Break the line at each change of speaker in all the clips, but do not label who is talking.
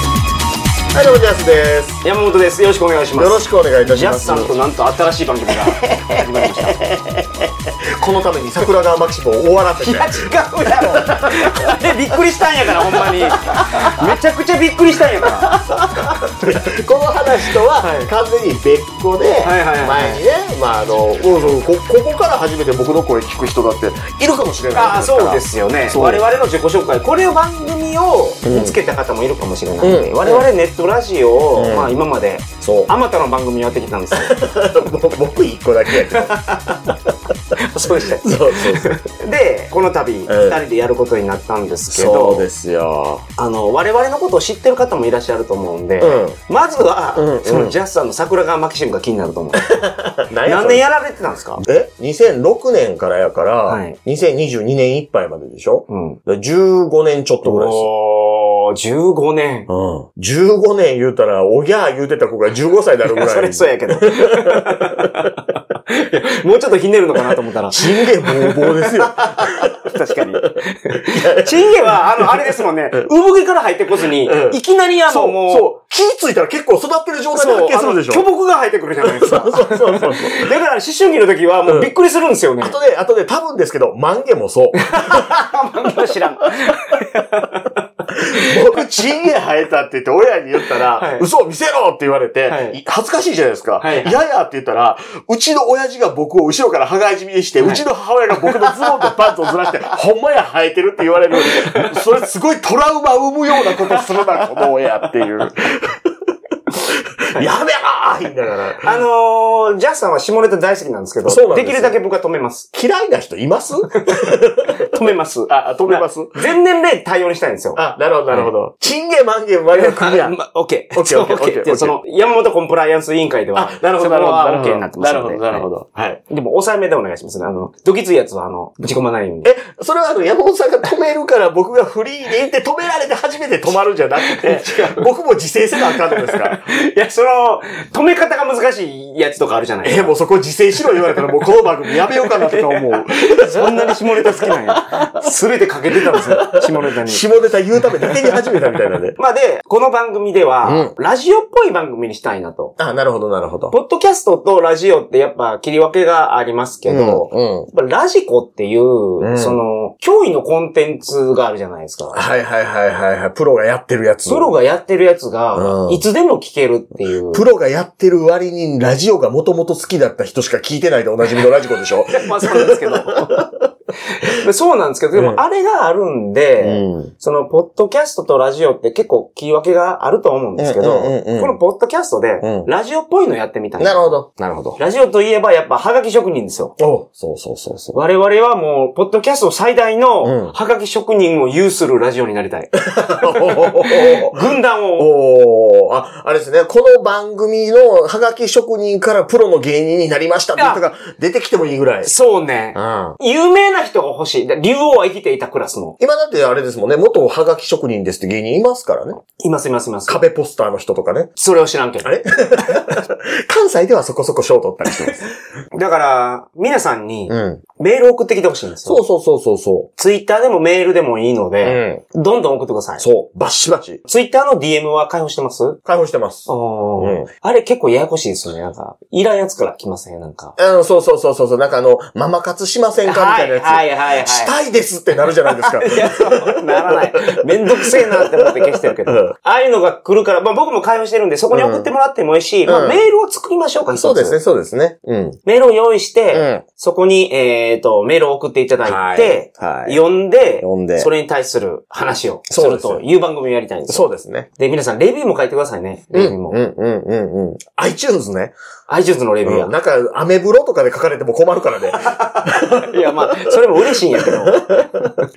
はい、どうもジャスです。
山本です。よろしくお願いします。
よろしくお願いいたし
ジャ
ま
ス
す
さ。んとなんと新しい番組が始まりました。
このために桜川マキシモを終わらせて。
違うやろ。あれびっくりしたんやからほんまに。めちゃくちゃびっくりしたんやから。
この話とは
はい
完全に別個で、
はいはいはい
前にね、まああの、そうそうこここから初めて僕の声聞く人だっているかもしれない。
ああそうで。すよね。
そう
我々の自己紹介、これを番組を見つけた方もいるかもしれないんで、
うん
我々ネットラジオを、
うん
まあ今まで
そう。
あまたの番組やってきたんですよ。
ぼ 僕一個だけやけど。
そうでした。
そうそうそう。
でこの度二人でやることになったんですけど、
すよ。
あの我々のことを知ってる方もいらっしゃると思うんで、
う
まずは、
うん
そ
うん
のジャスさんの桜川マキシムが気になると思う。
何
何年やられてたんですか？
え ?2006 年からやから、
はい
2022年いっぱいまででしょ
うん。
だから ?15 年ちょっとぐらいです。
おー、15年。
うん。15年言うたら、おぎゃー言うてた子が15歳になる
い
ぐら
や
い。
それそうや けど。いやもうちょっとひねるのかなと思ったら。
チンゲボーボーですよ。
確かに。チンゲは、あの、あれですもんね。産毛から入ってこずに、
うん
いきなりあの、
そう、
もう、
そう。気ついたら結構育ってる状態で
そう
発見するでしょ。
あの巨木が入ってくるじゃないですか。
そうそうそうそう。
だから、思春期の時はもうびっくりするんですよ ね
あ。とで、あとで、多分ですけど、万華もそう。
漫画知らん。
僕、チンゲ生えたって言って、親に言ったら、
はい
嘘を見せろって言われて、
はい
恥ずかしいじゃないですか。
はい
いややって言ったら、うちの親父が僕を後ろから羽交い締めにして、
はいう
ちの母親が僕のズボンとパンツをずらして、ほんまや生えてるって言われる。それすごいトラウマ生むようなことするな、この親っていう。やべあーいだから。
あのー、ジャスさんは下ネタ大好きなんですけど、
そうなんです
で
よ
きるだけ僕は止めます。
嫌いな人います
止めます。
あ、 止めます
全年齢対応にしたいんですよ。
あ、なるほど、なるほど。チンゲマンゲマリアクリア。
ま、オッケー。
オッケーオッケー
そう
オッケー
でその、山本コンプライアンス委員会では、
あ、なるほど、なるほど。
そこは OK になってます
なる
の
ほ
で。
ど、なるほ
は
ど。はい。
いでも、抑えめでお願いしますね。あの、ドキついやつは、あの、ぶち込まないように。
え、それはあの、山本さんが止めるから僕がフリーで言って止められて初めて止まるんじゃなくて、僕も自制せなあかんのですか
いや、その、止め方が難しいやつとかあるじゃない
え、もうそこ自制しろ言われたらもうこの番組やめようかなとか思う。
そんなに下ネタ好きなん や。すべてかけてたんですよ、下ネタに。
下ネタ言うためだけに始めたみたいなんで。
まあで、この番組では、ラジオっぽい番組にしたいなと。
あ、なるほど、なるほど。
ポッドキャストとラジオってやっぱ切り分けがありますけど、
うん。
やっぱラジコっていう、
ん
その、脅威のコンテンツがあるじゃないですか。
はいはいはいはいはい。プロがやってるやつ。
プロがやってるやつが
う、ん
いつでも聞けるっていう。
プロがやってる割にラジオがもともと好きだった人しか聞いてないでおなじみのラジコでしょ
まあそうなんですけど。そう なんですけど、で
う
も
ん
あれがあるんで、
ん。
その、ポッドキャストとラジオって結構切り分けがあると思うんですけど、
うんうんうんうん
このポッドキャストで
うん、
ラジオっぽいのやってみたい
なるほど。なるほど。
ラジオといえばやっぱハガキ職人ですよ。
おそうそうそう そう。
我々はもう、ポッドキャスト最大
うん
の、ハガキ職人を有するラジオになりたい。軍団を。
おーあ、あれですね、この番組のハガキ職人からプロの芸人になりましたって人が出てきてもいいぐらい。
そうね。
ん。
有名な人が欲しい。で竜王は生きていたクラスの。
今だってあれですもんね、元ハガキ職人ですって芸人いますからね。
いますいますいます。
壁ポスターの人とかね。
それを知らんけど
あ。れ 関西ではそこそこ賞取ったりしてます。
だから、皆さんに
うん。
メールを送ってきてほしいんですよ。
そうそうそうそうそ
ツイッターでもメールでもいいの
う。
で、
ん。
どんどん送ってください。
そう。バシバシ。
ツイッターの DM は開放してます
開放してます。
お
ー
あれ結構ややこしいですよね。なんか、いらんやつから来ませんなんか。
うん、そうそうそうそうそう。なんかあの、ママ活しませんかみたいなやつ。
はいはいはいはい。
したいですってなるじゃないですか。
いや、そうな らない。めんどくせえなって思って消してるけど。
うん
ああいうのが来るから、まあ僕も開放してるんで、そこに送ってもらってもいいし、ま
うん
あメールを作りましょうか、一 つ
そうですね、。そうですね。うん。
メールを用意して、
うん
そこに、えっ、と、メールを送っていただいて、
はいはい
読んで、
読んで
それに対する話をす
そう
る
ですよ
という番組をやりたいんです。
そうですね。
で、皆さん、レビューも書いてくださいね。レビューも。
うん、うん、うん、うん。iTunes ね。
iTunes のレビューや。
なんか、アメブロとかで書かれても困るからね。
いや、まあ、それも嬉しいんやけど。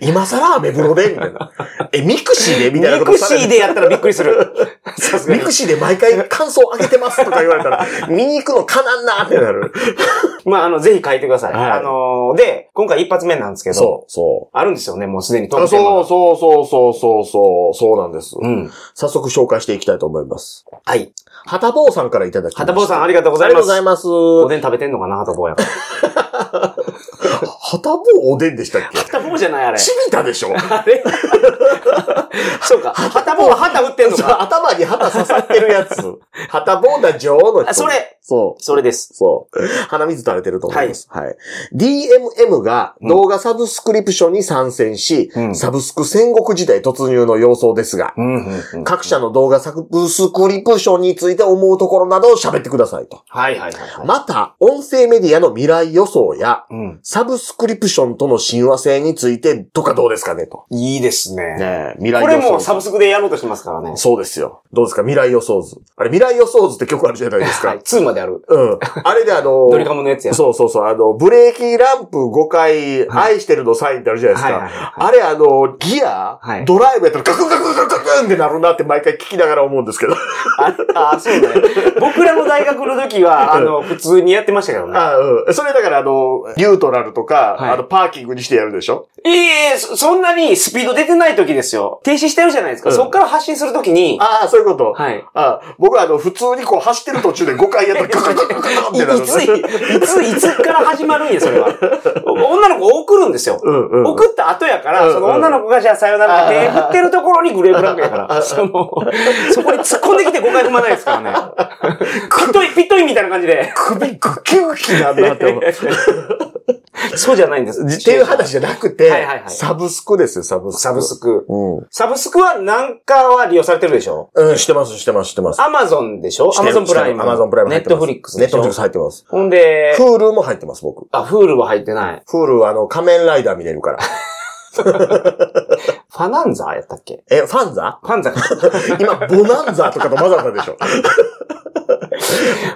今更アメブロでみたいな。え、ミクシー でみたいな
ミ
こと
ク
され
シーでやったらびっくりする。 さすが
ミ
に
ク。シーで毎回感想上げてますとか言われたら、 見に行くのかなんなってなる。
まあ、あの、ぜひ書いてください。
はい
あのーで、今回一発目なんですけど、
う、そ
あるんですよね、もうすでにトー
そう
クテーマ
そう
が。
そうそうそうそうそう、そうなんです。
うん。
早速紹介していきたいと思います。
はい。
はたぼうさんからいただきました。
はたぼうさん、あ
あり
りがとうござい
がと
ま
うござい
す。
ます。
おでん食べてんのかな、はたぼうやから。
はたぼうおでんでしたっけ
タボーじゃないあれ。
ちびたでしょ
あ れそうか。はたぼうは旗打ってんの
そう
か。
頭に旗刺さってるやつ。はたぼうだ女王の人。
あそれ。
そう。
それです。
そう。鼻水垂れてると思います。はい。DMM が動画サブスクリプションに参戦し、
うん
サブスク戦国時代突入の様相ですが、
うん。
各社の動画サブスクリプションについて思うところなどを喋ってくださいと。
はいはいはい。
また、音声メディアの未来予想や、
うん。
サブスクリプションとの親和性についてとかどうですかねと。
いいですね。
ねえ未来
こ
予想
れ
図。
もうサブスクでやろうとしてますからね。
そうですよ。どうですか未来予想図。あれ、未来予想図って曲あるじゃないですか。
はい。2まである。
うん。あれであの、
ドリカムのやつや。
そうそうそう。あの、ブレーキランプ5回、
はい
愛してるのサインってあるじゃないですか。
はいはいはい
あれ、あの、ギア、
はい
ドライブやったらガクンガクンガクンガクンってなるなって毎回聞きながら思うんですけど。
あ、あそうね。僕らの大学の時は、あの、普通にやってましたけど ね。
あうん。それだから、あの、ニュートラルとか、
はい
あの、パーキングにしてやるでしょ
ええそそんなにスピード出てない時ですよ。停止してるじゃないですか。
うん
そっから発信する時に、
ああ、そういうこと。
はい。い
あ僕はあの、普通にこう走ってる途中で5回やったらガクンガクンガクンって
いつ、
なるのね。
いつ、いつから始まるんや、そ れは。お女の子送るんですよ。
うんうん。
送った後やか
うんう
ら、
ん
その女の子がじゃあさよならって手振ってるところにグレーブラックやから、その、そこに突っ込んできて5回踏まないで すからね。ピットイン、ピットインみたいな感じで。
首グキグキなんだって思う。
そうじゃないんです。
っていう話じゃなくて、
はいはいはい
サブスクですよ、サブスク。
サブスク。
う
サブスクは何かは利用されてるでしょ
ん。うん、してます、してます、してます。
アマゾンでしょアマゾンプライム。
アマゾンプライム
ネ
入っ
ッ
てま
ト
す。
フリックス
ネ
で
ッ
し
ト
ょ
フリックス入ってます。
ほんで、
フールも入ってます、僕。
あ、フールは入ってない。
フールはあの、仮面ライダー見れるから。
ファナンザやったっけ
え、ファンザ
ファンザか。フ
今、ボナンザとかと混ざったでしょ。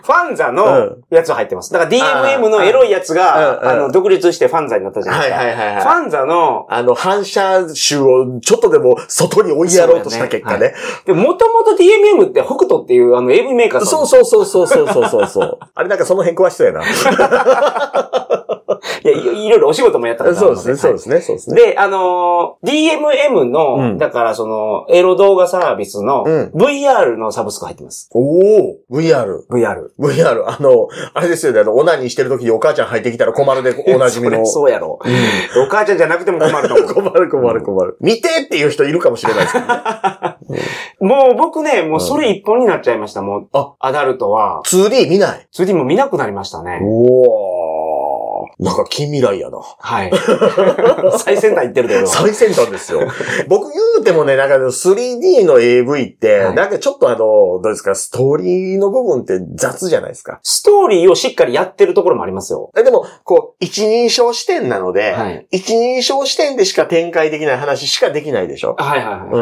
ァンザ
う
のやつは入ってます。だから DMM のエロいやつ
あー
が、
あ
あ
ー
の、独立してファンザになったじゃないですか。
いはい
ファンザの、
あの、反射臭をちょっとでも外に追いやろうとした結果ね。
で、もともと DMM って北斗っていうあの AV メーカーさん。
そうそうそうそうそうそうそうそう。 あれなんかその辺詳し そうやな。
いや、いいろいろお仕事もやったことあ
そ
る
うで
の
すね、そうですね、そうですね。
で、あのー DMM の、
うん
だからその、エロ動画サービスの、
うん
VR のサブスク入ってます。
おお !VR。
VR。
VR。あの、あれですよね、あの、オナニーしてる時にお母ちゃん入ってきたら困る で、おなじみ
そ
の
りゃ。そうやろ。お母ちゃんじゃなくても困ると思う。
困る困る困る。見てっていう人いるかもしれないですけどね。
もう僕ね、もうそれ一本になっちゃいました、もう。
あ
アダルトは。
2D 見ない。
それでも見なくなりましたね。
おー。なんか近未来やな。
はい。 最先端行ってるで、俺は。
最先端ですよ。僕言うてもね、なんか 3D の AV って、
はい
なんかちょっとあの、どうですか、ストーリーの部分って雑じゃないですか。
ストーリーをしっかりやってるところもありますよ。
えでも、こう、一人称視点なので、
はい
一人称視点でしか展開できない話しかできないでしょ。
はいはい
うんう
はい。
ん。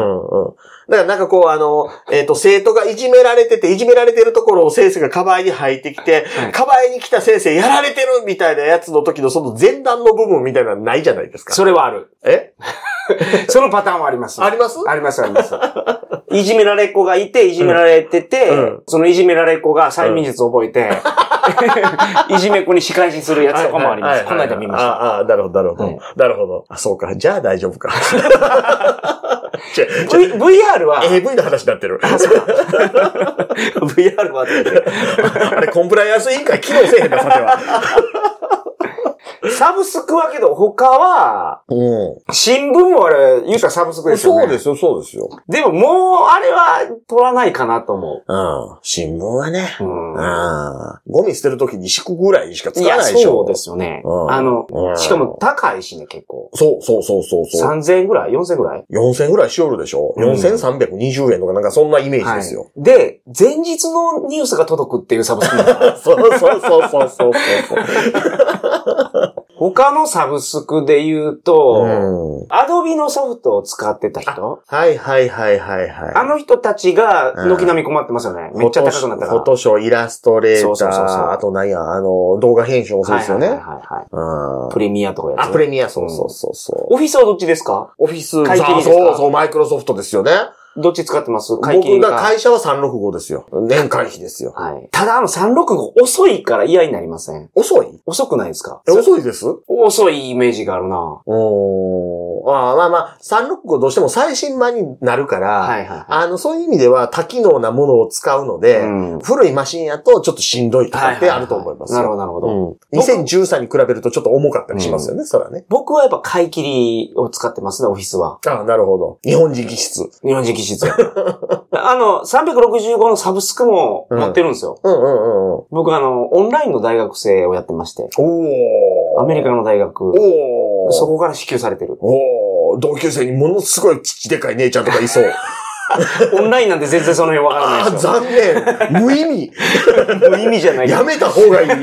だからなんかこうあの、えっ、と、生徒がいじめられてて、いじめられてるところを先生がカバーに入ってきて、
はい
カバーに来た先生やられてるみたいなやつの時のその前段の部分みたいなのないじゃないですか。
それはあ る。
え
そのパターンはあります。
あります
あります、あります。 いじめられっ子がいて、いじめられてて、
うんうん
そのいじめられっ子が催眠術を覚えて、 いじめっ子に仕返しするやつとかもありま
はい
す。この間見まし
はい
た。
はいはいああ、なるほど、なるほど。
はい
なるほど。あ、そうか。じゃあ大丈夫か。ちょ
V- VR は、
AV の話になってる。
VR はって言って
あれ、コンプライアンス委員会機能せえへんな、さては。
サブスクはけど、他は、
う
新聞もあれ、言うたらサブスクですよね。
すよ、そうですよ。
でももう、あれは取らないかなと思
うん。新聞はね。
う。うん
ああ。ゴミ捨てるときに敷くぐらいしか使
い
わ
や、
ないでしょ。
そうですよね
う。ん
あの
う、ん
しかも高いしね、結構。
そうそうそうそうそう。
3000円ぐらい ?4000 円ぐらい
4000ぐらいしおるでしょ
うん
?4320 円とかなんかそんなイメージ
は
で
い
すよ。
で、前日のニュースが届くっていうサブスクもあ る。
そうそうそうそうそうそう。
他のサブスクで言うと、
うん
アドビのソフトを使ってた人
はいはいはいはいはい。
あの人たちが
うん
軒並み困ってますよね。めっちゃ高くなった
フォ
か
トショー、イラストレーター、
そうそうそうそう
あと何や、あの、動画編集も
ら。
そうですよ
はい
ね
はい。はいはい。
うん
プレミアとかやつ。
あ、プレミア、そうそうそうそう。
オフィスはどっちですか
オフィス、
会計
あ
ですか
そうそう、マイクロソフトですよね。
どっち使ってます会
僕
計
が
が。
会社は365ですよ。年会費ですよ。
はい。ただ、あの365遅いから嫌になりません。
遅い
遅くないですか
え、遅いです
遅いイメージがあるな。
おーあーまあまあ、365どうしても最新版になるから、
はいはいは
あの、そういう意味では多機能なものを使うの
い。
で、
うん。
古いマシンやとちょっとしんどいと
はいはい
か
は
ってあると思いますよ。
なるほど、なるほど。
うん、2013に比べるとちょっと重かったりしますよね、それはね。
僕はやっぱ買い切りを使ってますね、オフィスは。
ああ、なるほど。日本人気質。
日本人気 質。あの、365のサブスクも持ってるんですよ。
うんうんうんうん。
僕あの、オンラインの大学生をやってまして、
おー
アメリカの大学、
おー。
そこから支給されてる
おー同級生にものすごいちでかい姉ちゃんとかい そう。
オンラインなんて全然その辺わから
あ
ない
あ、
ですよ。
残念。無意味。
もう意味じゃないけど
やめた方がいい。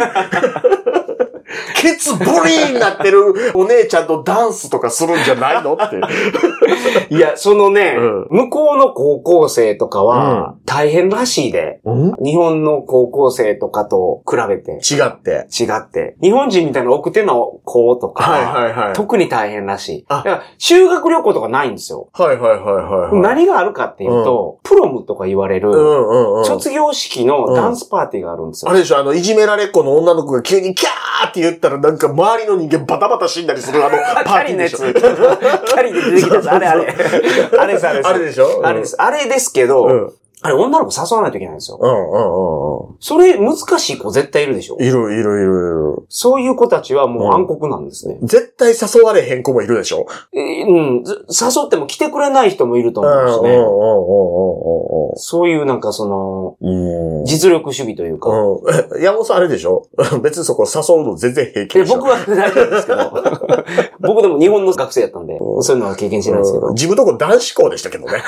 ケツボリーになってるお姉ちゃんとダンスとかするんじゃないのって。
いや、そのね、
うん
向こうの高校生とかは、大変らしいで、
うん
日本の高校生とかと比べて、
違って。
違って、日本人みたいな奥手の子とか、
いは
特に大変らしい。
あ
だから修学旅行とかないんですよ。
はいはいはいはいはい。
何があるかっていうと、プロムとか言われる、
うんうんうん。
卒業式のダンスパーティーがあるんですよ。
あれでしょ、あの、いじめられっ子の女の子が急にキャーって言ったらなんか周りの人間バタバタ死んだりするあ の パーティーでしょ。
キャリーのやつ。キャリーで出てきたやつ。あれあれ。あれです、あれです。
あれでしょ
あれで。す。あれですけど、
うんうん
あれ女の子誘わないといけないんですよ。
うんうんうん。
それ難しい子絶対いるでしょ
いるいるいるいる。
そういう子たちはも
うん
う暗黒なんですね。
絶対誘われへん子もいるでしょ。
えーうん。ず誘っても来てくれない人もいると
うんう
思
んうん
うしね。
うん
そういうなんかその、
うんうん。
実力主義というか。
うん。 え山本さんあれでしょ別にそこ誘うの全然平気
で
でしょ
僕は大丈夫ですけ ど。僕でも日本の学生やったんで、
うん
そういうのは経験してないですけ
うん
ど。
自分のとこ男子校でしたけどね。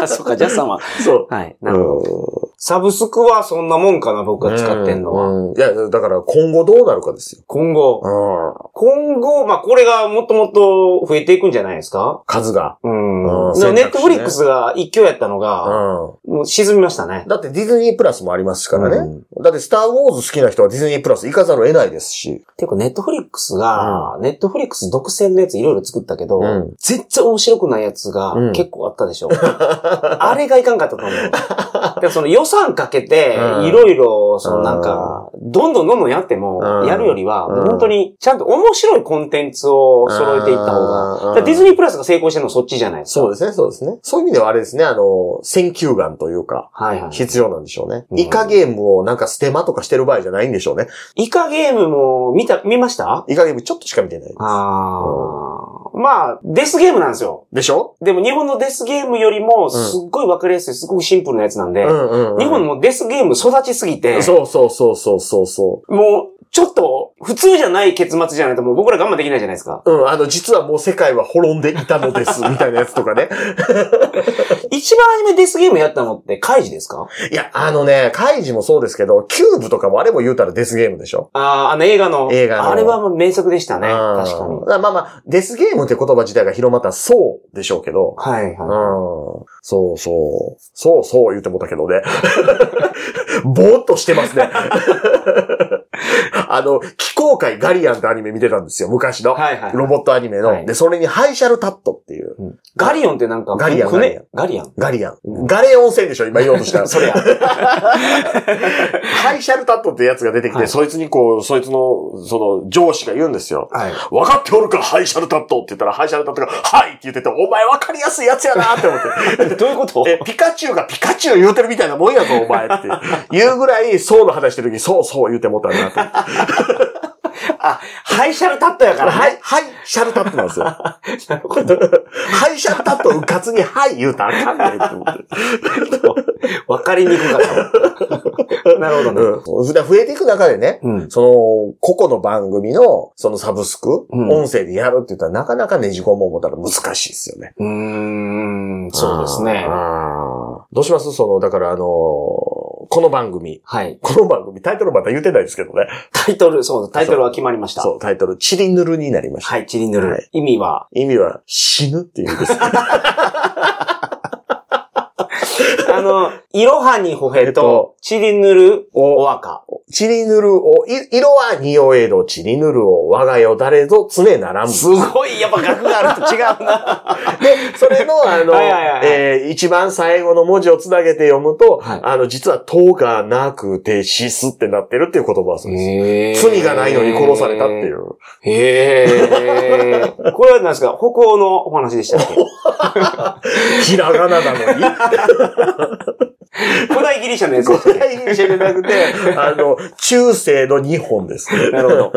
あ、 そっか、ジャスさんは。
そう。
はい。なるほど。サブスクはそんなもんかな、僕が使ってんのは。
は。いや、だから今後どうなるかですよ。
今後。
うん。
今後、まあ、これがもっともっと増えていくんじゃないですか
数が。
うん
うん。
でもネ
選
ット
択肢ね
フリックスが一挙やったのが、もう沈みましたね。
だってディズニープラスもありますからね。
うん
だってスターウォーズ好きな人はディズニープラス行かざるを得ないですし。
てか、ネットフリックスが、ネットフリックス独占のやついろいろ作ったけど、
うん
全然面白くないやつが
うん
結構あったで しょ。あれがいかんかったと思う。だからその予算かけて、
うん
いろいろ、そのなんか、どんどんどんどんやって
う
も
ん、
やるよりは、
うん
本当にちゃんと面白いコンテンツを揃えていった方が。だ
が
からディズニープラスが成功してるのそっちじゃないですか。
そうですね、そうですね。そういう意味ではあれですね、あの、選球眼というか、
はいはい。
必要なんでしょうね。
うん
イカゲームをなんかステマとかしてる場合じゃないんでしょうね。
イカゲームも見た、見ました
イカゲームちょっとしか見てない。
あー。まあ、デスゲームなんですよ。
でしょ
でも日本のデスゲームよりも、すっごいわかりやすい、すごくシンプルなやつなんで、
うんうんうん
日本もデスゲーム育ちすぎて、
そうそうそうそうそうそ
もう、ちょっと、普通じゃない結末じゃないともう僕ら我慢できないじゃないですか。
う。うん、あの、実はもう世界は滅んでいたの です、みたいなやつとかね。
一番初めデスゲームやったのって、カイジですか
いや、あのね、カイジもそうですけど、キューブとかもあれも言うたらデスゲームでしょ
ああ、あの映画の。
映画の
あれはもう名作でしたね。
うん
確かに。
だらまあまあ、デスゲームって言葉自体が広まったらそうでしょうけど。
はい
うん
は。
そうそう。そうそう言うてもったけどね。 ぼーっとしてますね。 あの、非公開ガリアンってアニメ見てたんですよ、昔の。
い。はいはい。
ロボットアニメの。
はい
で、それにハイシャルタットっていう。
うんガリオンってなんか、
ガリアン
船ガリアン。
ガリアン。
うん
ガレオン戦でしょ、今言おうと したら。
それや。
ハイシャルタットってやつが出てきて、
はい
そいつにこう、そいつの、その、上司が言うんですよ。
はい。
分かっておるか、ハイシャルタットって言ったら、ハイシャルタットが、はいって言ってて、お前分かりやすいやつやなって思って。
どういうこと
え、ピカチュウがピカチュウ言うてるみたいなもんやぞ、お前って。言うぐらい、そうの話してる時に、そうそう言うてもったなって。
あ、ハイシャルタットやから。
は。い、はい、シャルタットなんです よ。は
なるほど。
い、シャルタットうかつに、はい言うたらあかんねんって思 って。
わかりにく かった。なるほどね。
うん。だから増えていく中でね、
うん。
その、個々の番組の、そのサブスク、
うん
音声でやるって言ったら、なかなかねじ込もう思ったら難しいですよね。
うーん、そうですね。
あーどうしますその、だからあのーこの番組。
はい。
この番組、タイトルまた言ってないですけどね。
タイトル、そう、タイトルは決まりました。
そう、タイトル、チリヌルになりました。
はい、チリヌル。
はい
意味は、
意味は、死ぬっていう意味です。
あの、イロハニホヘ
えっと
と、チリヌル、オアカ。
ちりぬるを、い色は匂えど、ちりぬるを、我がよだれぞ、常ならんぶ。
すごい、やっぱ額があると違うな。
で、それの、あの、
はいはいはい
えー一番最後の文字をつなげて読むと、
はい
あの、実は、とがなくて、しすってなってるっていう言葉をするんです。罪がないのに殺されたってい。 う。
へえ。これは何ですか歩行のお話でしたっけ
ひらがななのに。
古代ギリシャのやつでした
古
っけ
代ギリシャじゃなく て、あの、中世の日本です。
なるほど。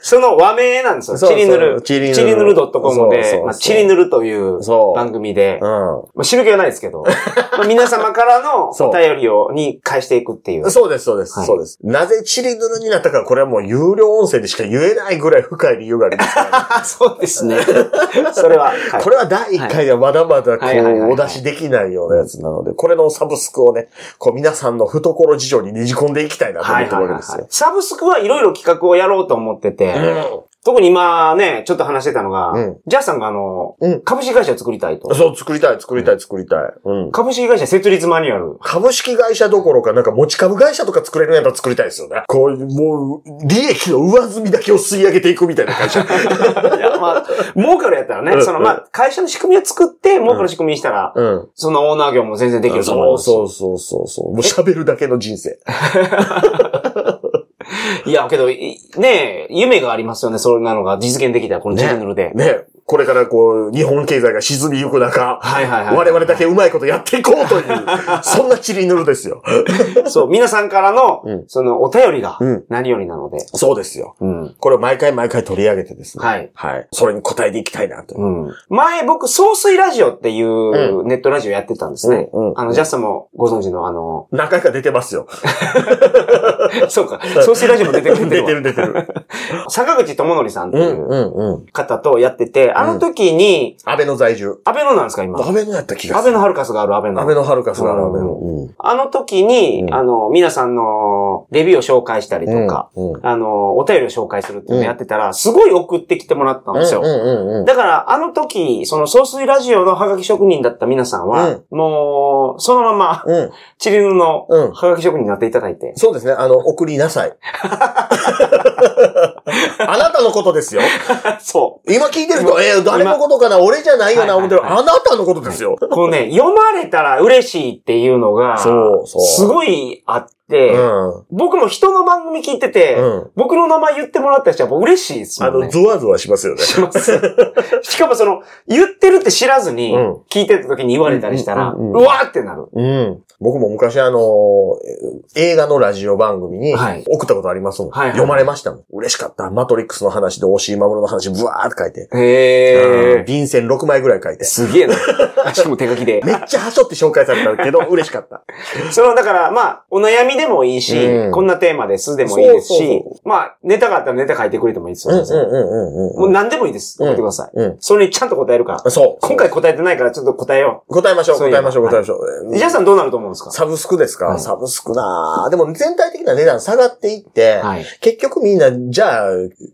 その和名なんですよ。
そう
チ
そう
リヌル。
チリヌル
チリヌル .com
そうそう
で
そ、う
まあチリヌルという
そう
番組で、
う
まあ、知る気はないです けど、まあ皆様からの
そう。。
お便りを、に返していくっていう ん
そうです、そうです、
はい
そうです。なぜチリヌルになったか、これはもう有料音声でしか言えないぐらい深い理由がありますから、
あ、そうですね。 それは。はい
これは第1回ではまだまだこ
はいはいはいは
う、
い
お出しできないようなやつなので、これのサブスクをね、こう皆さんの懐事情にねじ込んでいきたいなと
は
思っ
い
て
は
る
い
わ
は
け
い
です
はい
よ。
サブスクはいろいろ企画をやろうと思ってて、特に今ね、ちょっと話してたのが、
うん
ジャスさんがあの、
うん
株式会社作りたいと
うん。。そう、作りたい、作りたい、作りたい。うん。
株式会社設立マニュア ル。
株式会社どころか、なんか持ち株会社とか作れるんやったら作りたいですよね。こういう、もう、利益の上積みだけを吸い上げていくみたいな会 社。
いやまあ、儲かるやったら
うん
ね、そのまあ、会社の仕組みを作って、儲かる仕組みにしたら、
うん。
そのオーナー業も全然できると
そ
思う
う
し。
そうそうそうそう。もう喋るだけの人生。
いや、けど、いねえ夢がありますよね、それなのが実現できたら、このチャンネルで。
ね。これからこう、日本経済が沈みゆく中、
はいはいはい。
我々だけうまいことやっていこう という、そんなチリヌルですよ。
そう、皆さんからの、
うん
そのお便りが
うん
何よりなので。
そうですよ。
うん。
これを毎回毎回取り上げてですね。
はい。
はい。それに応えていきたいなと。
うん。前僕、総水ラジオっていうネットラジオやってたんですね。
うんうん
あの、ジャスさんもご存知の あの、
何回か出てますよ。
そうか、総水ラジオも出てくる
出て
んで。
る出てる。
坂口智則さんっていう
うんうん。
方とやってて、あの時に、
安倍の在住。
安倍のなんですか、今。
安倍のやった気がす
安倍
る。
のハルカスがある安倍の。
安倍のハルカスがある安倍の。
あの時に、
うん
あの、皆さんのレビューを紹介したりと
うん
か、
うん
あの、お便りを紹介するっていうの
う
を
ん
やってたら、すごい送ってきてもらったんですよ。
うんうんうん。
だから、あの時、その、総水ラジオのハガキ職人だった皆さんは、もう、そのまま、
うん。
チリヌの
うん
ハガキ職人になっていただいて、
そうですね。あの、送りなさ い。あなたのことですよ。
そ
今聞いてると、えー、誰のことかな俺じゃないよな、思ってる。
はい
あなたのことですよ。
う。このね、読まれたら嬉しいっていうのが、
そうそう
すごいあっ
う
て、
ん。
僕も人の番組聞いてて、
うん
僕の名前言ってもらった人はやっぱ嬉しいです
あ
もん
の、
ね。
ゾワゾワしますよね。
します。 しかもその、言ってるって知らずに
うん、
聞いてた時に言われたりしたら、
う
うん
うんうん
わーってなる。
うん。僕も昔あのえー映画のラジオ番組に送
はい
ったことありますもん。
はいはい
読まれましたもん。嬉しかった。マトリックスの話で、押井守の話、ブワーって書いて。
へ
うん便箋6枚ぐらい書いて。
すげえな。しかも手書 きで。
めっちゃはしょって紹介されたけ ど、嬉しかった。
その、だから、まあ、お悩みでもいいし、
うん
こんなテーマですでもいいですし、
そうそう
まあ、ネタがあったらネタ書いてくれてもいいです
うんう
よ、
んうんうん
も
う。
うん何でもいいです。
うん
書いてください。
うん
それにちゃんと答えるから。
そう。
今回答えてないからちょっと答えよ
答えましょう、
そ
答
ういえ
え
ば
ましょう、答えましょ
う。ジャ
う。
スさんどうなると思うんですか
サブスクですか、
はい
サブスクなぁでも全体的な値段下がっていって、
はい。
結局みんな、じゃあ、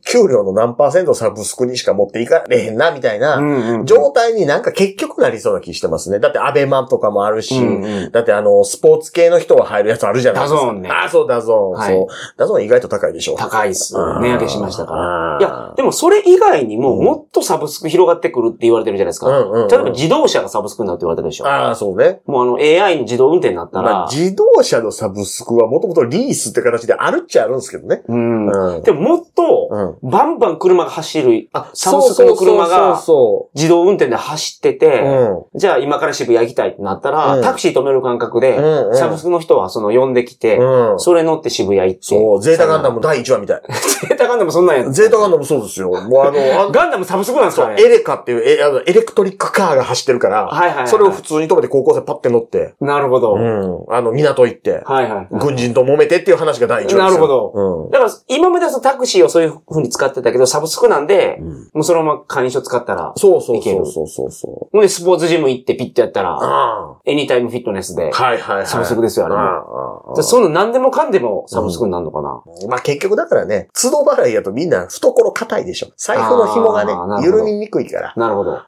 給料の何パーセントサブスクにしか持っていかれへんな、みたいな、
ん
状態になんか結局なりそうな気してますね。だってアベマとかもあるし、
うんうん
だってあの、スポーツ系の人が入るやつあるじゃないですか。
ダゾーンね
あ、そう、ダゾーン。
はい
そう。ダゾーン意外と高いでしょ。
高いっす
う。ん
値上げしましたから。
うん
いや、でもそれ以外にも、
うん
もっとサブスク広がってくるって言われてるじゃないですか。
うんうんうん
例えば自動車がサブスクになるって言われてるでしょ。
ああ、そうね。
もうあの AI の自動運転になったら、
まあ、自動車のサブスクはもともとリースって形であるっちゃあるんですけどね。
うん
う。ん。
でももっと、
うん
バンバン車が走る、
あ
サブスクの車が
そう
自動運転で走って
そうそう
て、
そう。
じゃあ今から渋谷行きたいってなったら、
うん
タクシー止める感覚で、
うんうん
サブスクの人はその呼んできて、
うん。うん。
それ乗って渋谷行って。
そう、ゼータガンダム第1話みたい。
ゼータガンダムそんなんや
ゼータガンダムそうですよ。もうあ の、あ
ガンダムサブスクなんです
そ
か
う、
ね
エレカっていうエあのエレクトリックカーが走ってるから、
はいはいはい
それを普通に止めて高校生パッて乗って、
なるほど。
うん、あの、港行って、
はいはい。
軍人と揉めてっていう話が第一話ですよ
なるほど
うん。
だから、今まではそのタクシーをそういう風に使ってたけど、サブスクなんで、
うん
もうそのまま加板書使ったら。
そうそう
いけ
そ
る
うそうそうそ
ほんで、スポーツジム行ってピッてやった
う。う
ら、
ん
エニタイムフィットネスで、
はいはいはい。
サブスクですよ、あれ
うん
も。
うんうん
じゃあその何でもかんでもサブスクになるのかな。
まあ結局だからね、都度払いだとみんな懐硬いでしょ。財布の紐がね
あーな、るほど
緩みにくいから。
なるほど。
うん。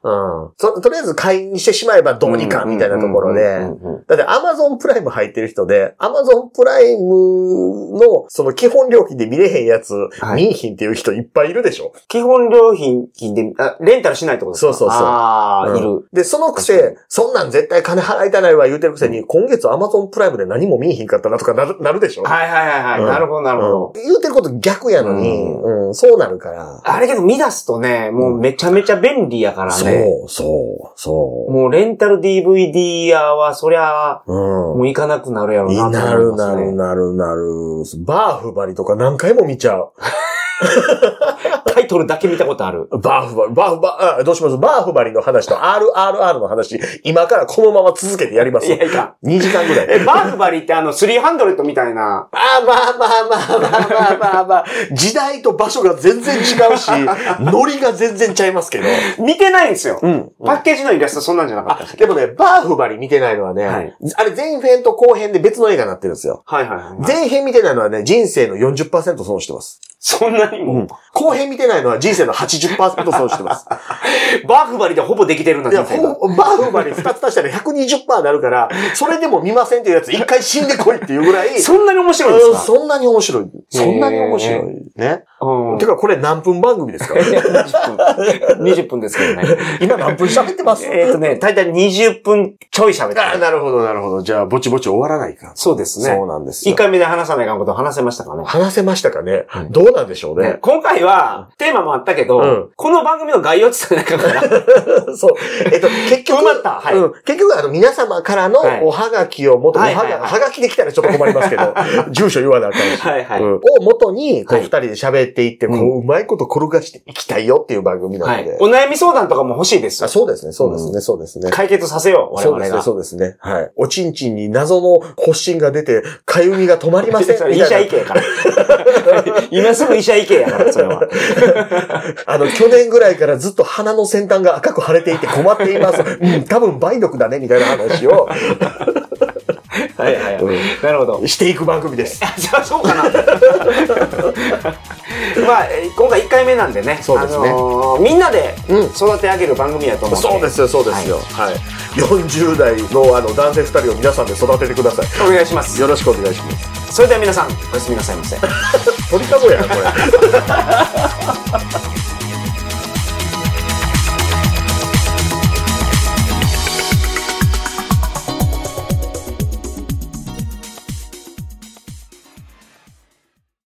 と、とりあえず会員にしてしまえばどうにか、みたいなところ
うん
で。
うんうんうん
だって Amazon プライム入ってる人で、Amazon プライムのその基本料金で見れへんやつ、
はい
見えへんっていう人いっぱいいるでしょ。
基本料品で、あレンタルしないってことですか
そうそうそう
ああ、い
うん
る。
で、そのく
確
せ、そんなん絶対金払いたないわ言うてるくせに、今月 Amazon プライムで何も見えへんかったなとかなるなるでしょ。
はいはいはいはい。
うん
なるほど、なるほど。
うん言うてること逆やのに、
う
うん、そうなるから。
あれけど見出すとね、もうめちゃめちゃ便利やからね。
そう、そう、そう。
もうレンタル DVD 屋はそりゃ、
うん。
もう行かなくなるやろうなと思います、ね。
なるなるなるなる。バーフバリとか何回も見ちゃう。
タイトルだけ見たことある。
バーフバリ、バーフバあ、どうしますバーフバリの話と RRR の話、今からこのまま続けてやります
い。やいや。
2時間ぐらい。
え、バーフバリってあの、300みたいな。
まあまあまあまあまあまあまあまあ、時代と場所が全然違う し、ノリが全然ちゃいますけど。
見てないんですよ。
うん。
パッケージのイラストそんなんじゃなかった
あ、でもね、バーフバリ見てないのはね、
はい
あれ前編と後編で別の映画になってるんですよ。
はいはいはい。
前編見てないのはね、人生の40%損してます。
そんなにも、
後編見てないのは人生の80%損してます。
バーフバリでほぼできてるんだ
いや、
人生が
ほんバーフバリ2つ足したら120%になるから、それでも見ませんっていうやつ一回死んでこいっていうぐらい、
そんなに面白いん
う
で
ん
すか
そんなに面白い。そんなに面白い。ね。
うん
てか、これ何分番組ですか
20分。20分ですけどね。
今何分喋ってます
えっとね、大体20分ちょい喋って
あ
る。
なるほど、なるほど。じゃあ、ぼちぼち終わらないか。
そうですね
そう。なんです
一
よ。
回目で話さないかんこと話せましたかね。
話せましたかね
い
どうなんでしょう
ね
ね。
今回は、テーマもあったけど、
うん
この番組の概要って言ったらなんかか ら、
そう。えっ と、結局、
埋まったはい
うん結局、あの、皆様からの
はい
おはがきを元に、
はい
おは
はい
が、
はい
はがきできたらちょっと困りますけ ど、住所言わなあかん し。
はいはい
うんを元に、こう、
はい
二人で喋っていって、こ
う
う、うまいこと転がしていきたいよっていう番組な
は
の
い
で。。
お悩み相談とかも欲しいです
あ
よ。
そうですね、そうですね、そうですね。
解決させよう、我
そう
々
ですね、
が。
そうですね。はい。おちんちんに謎の発疹が出て、かゆみが止まりません。みた い
医
な
者意見やから。今すぐ医者意見やから、それは。
あの、去年ぐらいからずっと鼻の先端が赤く腫れていて困ってい ます。うん、多分梅毒だね、みたいな話を、
はいはいはい。なるほど。
していく番組です。
じゃあそうかな。 まあ、えー今回1回目なんでね。
そうですね
あのーみんなで
うん
育て上げる番組やと思うんで。
そうですよ、そうですよ。はい。40代のあの男性2人を皆さんで育ててください。
お願いします。
よろしくお願いします。
それでは皆さん、おやすみなさいませ。
鳥かごやな、これ。